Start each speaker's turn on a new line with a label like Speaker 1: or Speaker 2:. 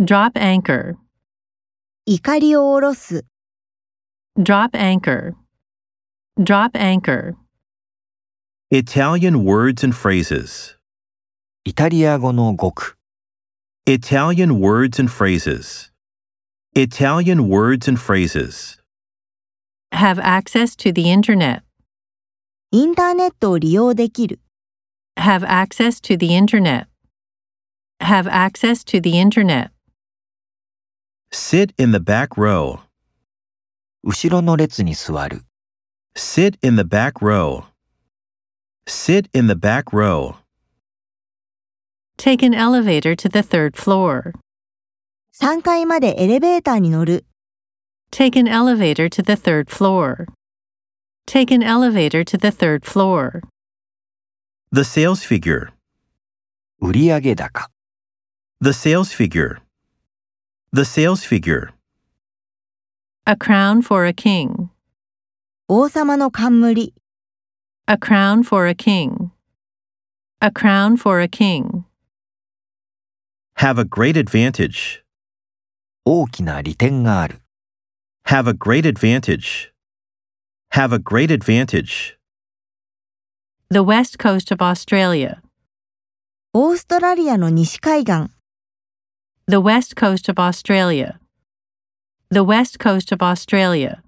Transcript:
Speaker 1: Drop anchor.
Speaker 2: 怒りを下ろす、
Speaker 1: Drop anchor. Drop anchor.
Speaker 3: Italian words and phrases.
Speaker 4: イタリア語の語句、
Speaker 3: Italian words and phrases. Italian words and phrases.
Speaker 1: Have access to the internet.
Speaker 2: インターネットを利用できる、
Speaker 1: Have access to the internet. Have access to the internet.
Speaker 3: Sit in the back row.
Speaker 4: 後ろの列に座る、
Speaker 3: Sit in the back row. Sit in the back row.
Speaker 1: Take an elevator to the third floor.
Speaker 2: 3階までエレベーターに乗る、
Speaker 1: Take an elevator to the third floor. Take an elevator to the third floor.
Speaker 3: The sales figure.
Speaker 4: 売上高、
Speaker 3: The sales figure. The sales figure.
Speaker 1: A crown for a king.
Speaker 2: 王様の冠、
Speaker 1: A crown for a king. A crown for a king.
Speaker 3: Have a great advantage.
Speaker 4: 大きな利点がある。
Speaker 3: Have a great advantage. Have a great advantage.
Speaker 1: The west coast of Australia.
Speaker 2: オーストラリアの西海岸、
Speaker 1: The west coast of Australia. The west coast of Australia.